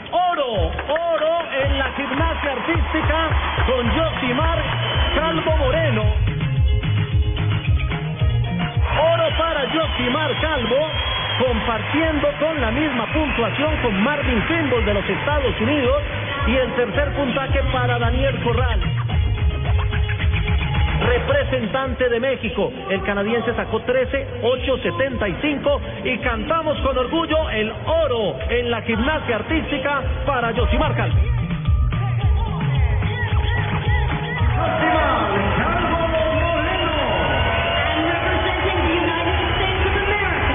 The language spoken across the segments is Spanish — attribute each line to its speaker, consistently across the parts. Speaker 1: oro, oro en la gimnasia artística con Josimar Calvo Moreno. Oro para Josimar Calvo, compartiendo con la misma puntuación con Marvin Kimball de los Estados Unidos y el tercer puntaje para Daniel Corral. Representante de México, el canadiense sacó 13.875 y cantamos con orgullo el oro en la gimnasia artística para Yosimar Calvo.
Speaker 2: I'm representing the United States of America.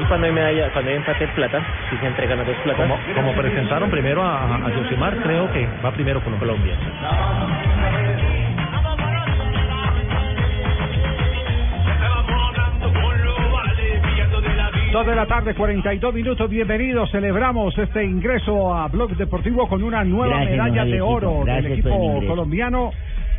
Speaker 3: Y cuando hay medalla, cuando hay empate en plata, si se entregan las dos platas.
Speaker 4: Como, como presentaron primero a, a Yosimar, creo que va primero con Colombia.
Speaker 5: Dos de la tarde, 42 minutos. Bienvenidos. Celebramos este ingreso a Blog Deportivo con una nueva
Speaker 6: Gracias,
Speaker 5: medalla
Speaker 6: Javier,
Speaker 5: de oro
Speaker 6: equipo. Gracias
Speaker 5: del
Speaker 6: por el
Speaker 5: equipo
Speaker 6: ingreso.
Speaker 5: colombiano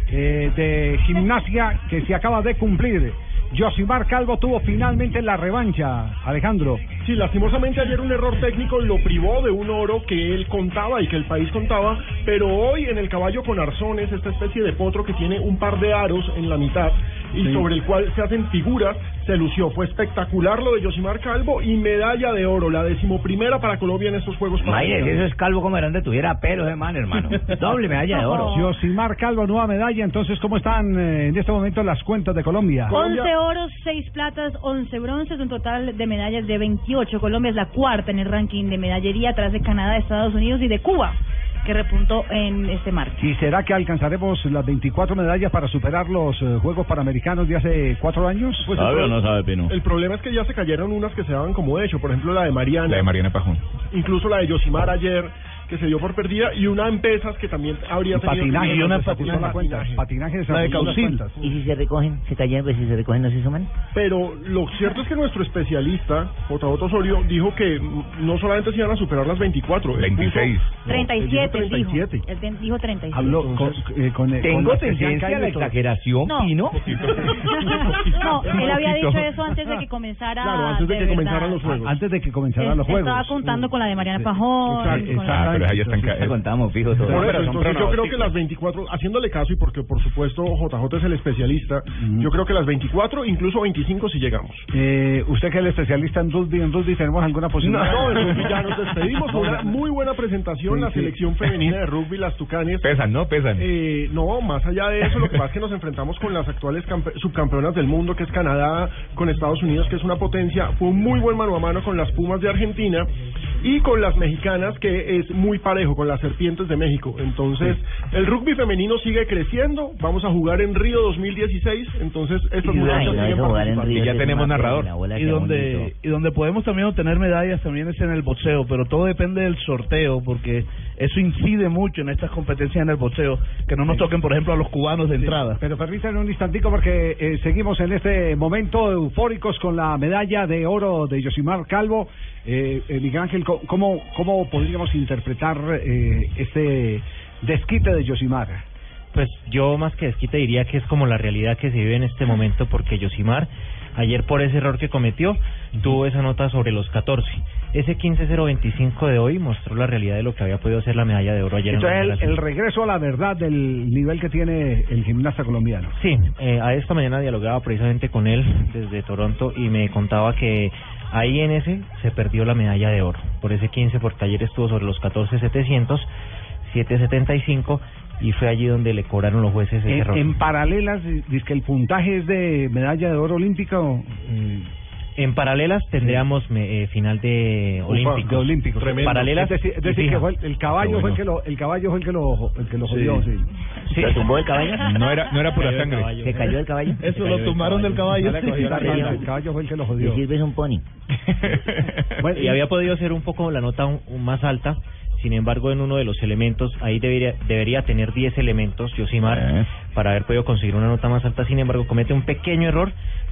Speaker 5: eh, de gimnasia que se acaba de cumplir. Josimar Calvo tuvo finalmente la revancha. Alejandro.
Speaker 7: Sí, lastimosamente ayer un error técnico lo privó de un oro que él contaba y que el país contaba, pero hoy en el caballo con arzones, esta especie de potro que tiene un par de aros en la mitad y sobre el cual se hacen figuras, se lució. Fue espectacular lo de Yosimar Calvo y medalla de oro, la decimoprimera para Colombia en estos Juegos
Speaker 6: Imagínese, si eso es calvo como grande tuviera pelo ese man, Ah, hermano. Doble medalla de oro.
Speaker 5: Josimar Calvo, nueva medalla. Entonces, ¿cómo están eh, en este momento las cuentas de Colombia?
Speaker 7: Colombia-
Speaker 8: 11 oros, 6 platas, 11 bronces, un total de medallas de 28. Colombia es la cuarta en el ranking de medallería tras de Canadá, Estados Unidos y de Cuba, que repuntó en este martes.
Speaker 5: ¿Y será que alcanzaremos las 24 medallas para superar los eh, Juegos Panamericanos de hace cuatro años? Ah,
Speaker 7: Pues el
Speaker 9: ¿Sabe o
Speaker 7: pro-
Speaker 9: no sabe, Pino?
Speaker 7: El problema es que ya se cayeron unas que se daban como hecho, por ejemplo la de Mariana.
Speaker 9: La de Eh, Mariana Pajón.
Speaker 7: incluso la de Yosimar ayer, que se dio por perdida, y una en pesas que también habría
Speaker 5: Y
Speaker 7: tenido...
Speaker 5: patinaje, pues,
Speaker 7: que-
Speaker 5: una
Speaker 7: se sacudió
Speaker 5: patinaje,
Speaker 7: la cuenta.
Speaker 5: patinaje se
Speaker 7: La de
Speaker 5: sacudió las
Speaker 7: Causil.
Speaker 5: cuentas.
Speaker 6: ¿Y si se recogen? ¿Se cayeron? Pues si se recogen, ¿no se suman?
Speaker 7: Pero lo cierto es que nuestro especialista, J. Otto Osorio, dijo que mm, no solamente se iban a superar las 24, él puso-
Speaker 9: 26.
Speaker 7: No, él dijo
Speaker 8: 37, dijo.
Speaker 7: 37.
Speaker 8: Él te- dijo 37.
Speaker 5: Habló con, eh, con, eh, con las que se han caído y todo.
Speaker 6: exageración,
Speaker 8: No. Pino. no, él había dicho eso antes de que comenzara.
Speaker 7: Claro, antes de que
Speaker 8: verdad.
Speaker 7: comenzaran los juegos.
Speaker 5: Antes de que comenzaran
Speaker 8: Él
Speaker 5: los juegos.
Speaker 8: Este, Estaba contando con la de Mariana Pajón.
Speaker 5: Exacto,
Speaker 8: con la-
Speaker 9: Ah, pero ahí están
Speaker 5: Entonces,
Speaker 9: ca-
Speaker 6: Ya contamos, fijo, todo.
Speaker 7: Por
Speaker 9: No,
Speaker 7: eso,
Speaker 9: pero son
Speaker 7: entonces yo creo
Speaker 9: pronósticos.
Speaker 7: que las 24, haciéndole caso y porque por supuesto JJ es el especialista, yo creo que las 24, incluso 25 si llegamos.
Speaker 5: Eh, usted que es el especialista en rugby, en rugby tenemos alguna posibilidad.
Speaker 7: No, en rugby ya nos despedimos. Fue una muy buena presentación
Speaker 5: Sí,
Speaker 7: la
Speaker 5: sí.
Speaker 7: selección femenina de rugby, las Tucanes.
Speaker 9: Pesan, ¿no? Pesan.
Speaker 7: Eh, no, más allá de eso, lo que pasa es que nos enfrentamos con las actuales campe- subcampeonas del mundo, que es Canadá, con Estados Unidos, que es una potencia. Fue un muy buen mano a mano con las Pumas de Argentina y con las mexicanas, que es muy parejo, con las Serpientes de México. Entonces, el rugby femenino sigue creciendo. Vamos a jugar en Río 2016. Entonces, estos
Speaker 6: Ay,
Speaker 7: muchachos
Speaker 6: no,
Speaker 7: siguen
Speaker 6: eso jugar en
Speaker 7: participando.
Speaker 6: Río
Speaker 9: Y ya
Speaker 6: es
Speaker 9: tenemos
Speaker 6: una pena,
Speaker 9: narrador.
Speaker 6: la bola
Speaker 10: Y
Speaker 6: queda
Speaker 10: donde,
Speaker 6: bonito.
Speaker 10: y donde podemos también obtener medallas también es en el boxeo, pero todo depende del sorteo, porque eso incide mucho en estas competencias en el boxeo, que no nos toquen, por ejemplo, a los cubanos de entrada.
Speaker 5: Pero permítanme un instantico porque eh, seguimos en este momento eufóricos con la medalla de oro de Yosimar Calvo. Eh, eh, Miguel Ángel, co- ¿cómo, cómo podríamos interpretar eh, este desquite de Yosimar?
Speaker 3: Pues yo más que desquite diría que es como la realidad que se vive en este momento porque Yosimar ayer por ese error que cometió tuvo esa nota sobre los 14. Ese 15025 de hoy mostró la realidad de lo que había podido hacer la medalla de oro ayer. en la
Speaker 5: Entonces, el,
Speaker 3: generación.
Speaker 5: el regreso a la verdad del nivel que tiene el gimnasta colombiano.
Speaker 3: Sí, eh, a esta mañana dialogaba precisamente con él desde Toronto y me contaba que ahí en ese se perdió la medalla de oro. Por ese 15 por taller estuvo sobre los 14.700, 7.75 y fue allí donde le cobraron los jueces ese
Speaker 5: En,
Speaker 3: error.
Speaker 5: Eh, en paralelas, dice que el puntaje es de medalla de oro olímpica o
Speaker 3: Mm, En paralelas tendríamos me- eh, final de olímpicos.
Speaker 5: de olímpicos.
Speaker 3: Tremendo. Paralelas.
Speaker 5: Es decir, es decir
Speaker 3: y
Speaker 5: que
Speaker 3: fija.
Speaker 5: fue el, el caballo fue el que lo, el caballo fue el que lo, el que lo jodió. sí.
Speaker 3: Sí.
Speaker 6: ¿Se tumbó el caballo?
Speaker 9: No era, no era pura
Speaker 3: Cayó el
Speaker 9: sangre.
Speaker 3: caballo.
Speaker 6: ¿Se cayó el caballo?
Speaker 10: Eso lo tomaron del caballo.
Speaker 5: El caballo fue el que lo jodió.
Speaker 6: ¿Y sirve es un pony?
Speaker 5: Bueno,
Speaker 3: y había podido ser un poco la nota un- un más alta. Sin embargo, en uno de los elementos, ahí debería, debería tener 10 elementos, Yosimar,
Speaker 9: Eh.
Speaker 3: para haber podido conseguir una nota más alta. Sin embargo, comete un pequeño error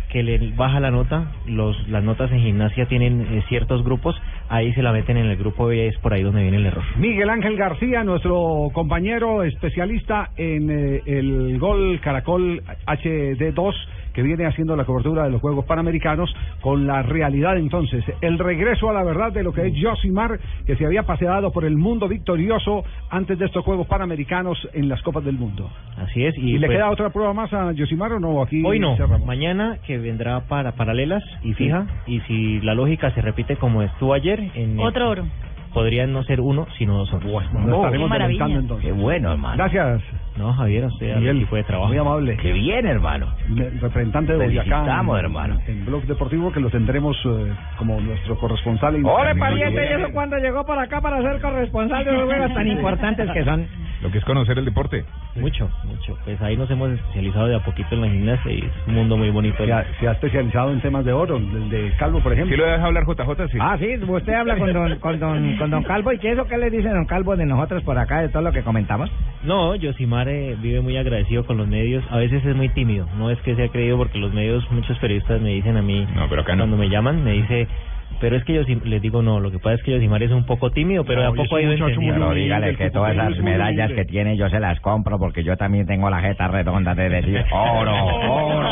Speaker 3: que le baja la nota. Los, las notas en gimnasia tienen eh, ciertos grupos. Ahí se la meten en el grupo B y es por ahí donde viene el error.
Speaker 5: Miguel Ángel García, nuestro compañero especialista en eh, el gol Caracol HD2 que viene haciendo la cobertura de los Juegos Panamericanos con la realidad entonces. El regreso a la verdad de lo que es Josimar, que se había paseado por el mundo victorioso antes de estos Juegos Panamericanos en las Copas del Mundo.
Speaker 3: Así es.
Speaker 5: ¿Y,
Speaker 3: Y,
Speaker 5: le
Speaker 3: pues,
Speaker 5: queda otra prueba más a Josimar o no? Aquí
Speaker 3: Hoy no,
Speaker 5: cerramos.
Speaker 3: mañana que vendrá para paralelas y fija. Y si la lógica se repite como estuvo ayer, en
Speaker 8: Otro oro.
Speaker 3: podrían no ser uno, sino dos oros.
Speaker 5: Lo
Speaker 8: Qué
Speaker 5: estaremos
Speaker 8: maravilla.
Speaker 5: comentando entonces.
Speaker 6: Qué bueno, hermano.
Speaker 5: Gracias,
Speaker 3: No, Javier, a usted al
Speaker 5: Miguel.
Speaker 3: equipo de trabajo.
Speaker 5: Muy amable.
Speaker 6: Qué bien, hermano.
Speaker 5: Le- representante de Boyacá.
Speaker 6: Felicitamos,
Speaker 5: en-
Speaker 6: hermano.
Speaker 5: En Blog Deportivo, que lo tendremos eh, como nuestro corresponsal.
Speaker 6: Ore,
Speaker 5: internacional.
Speaker 6: pariente, ¿y eso cuándo llegó para acá para ser corresponsal de los juegos tan importantes que son?
Speaker 9: Lo que es conocer el deporte.
Speaker 3: Mucho, mucho. Pues ahí nos hemos especializado de a poquito en la gimnasia y es un mundo muy bonito.
Speaker 5: Se ha, se ha especializado en temas de oro, el de Calvo, por
Speaker 9: ¿Sí
Speaker 5: ejemplo.
Speaker 9: lo dejas hablar JJ? Sí.
Speaker 6: Ah, sí, usted habla con don, con don, con don Calvo. ¿Y qué es lo que le dice don Calvo de nosotros por acá, de todo lo que comentamos?
Speaker 3: No, Yosimar eh, vive muy agradecido con los medios. A veces es muy tímido. No es que sea creído porque los medios, muchos periodistas me dicen a mí,
Speaker 9: No, pero acá no.
Speaker 3: cuando me llaman, me dice, pero es que yo les digo, no, lo que pasa es que Yosimar es un poco tímido, pero de a
Speaker 7: No, y es
Speaker 3: poco
Speaker 7: un
Speaker 3: ha ido
Speaker 7: muchacho muy
Speaker 3: entendiendo.
Speaker 7: humilde, el tipo es muy humilde.
Speaker 6: tiene yo se las compro porque yo también tengo la jeta redonda de decir oro, oro.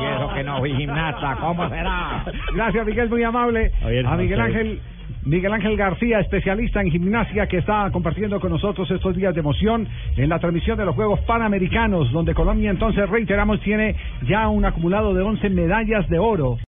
Speaker 6: Y eso que no fui gimnasta, ¿cómo será?
Speaker 5: Gracias, Miguel, muy amable.
Speaker 3: Javier,
Speaker 5: a
Speaker 3: no,
Speaker 5: Miguel
Speaker 3: usted-
Speaker 5: Ángel. Miguel Ángel García, especialista en gimnasia, que está compartiendo con nosotros estos días de emoción en la transmisión de los Juegos Panamericanos, donde Colombia entonces, reiteramos, tiene ya un acumulado de 11 medallas de oro.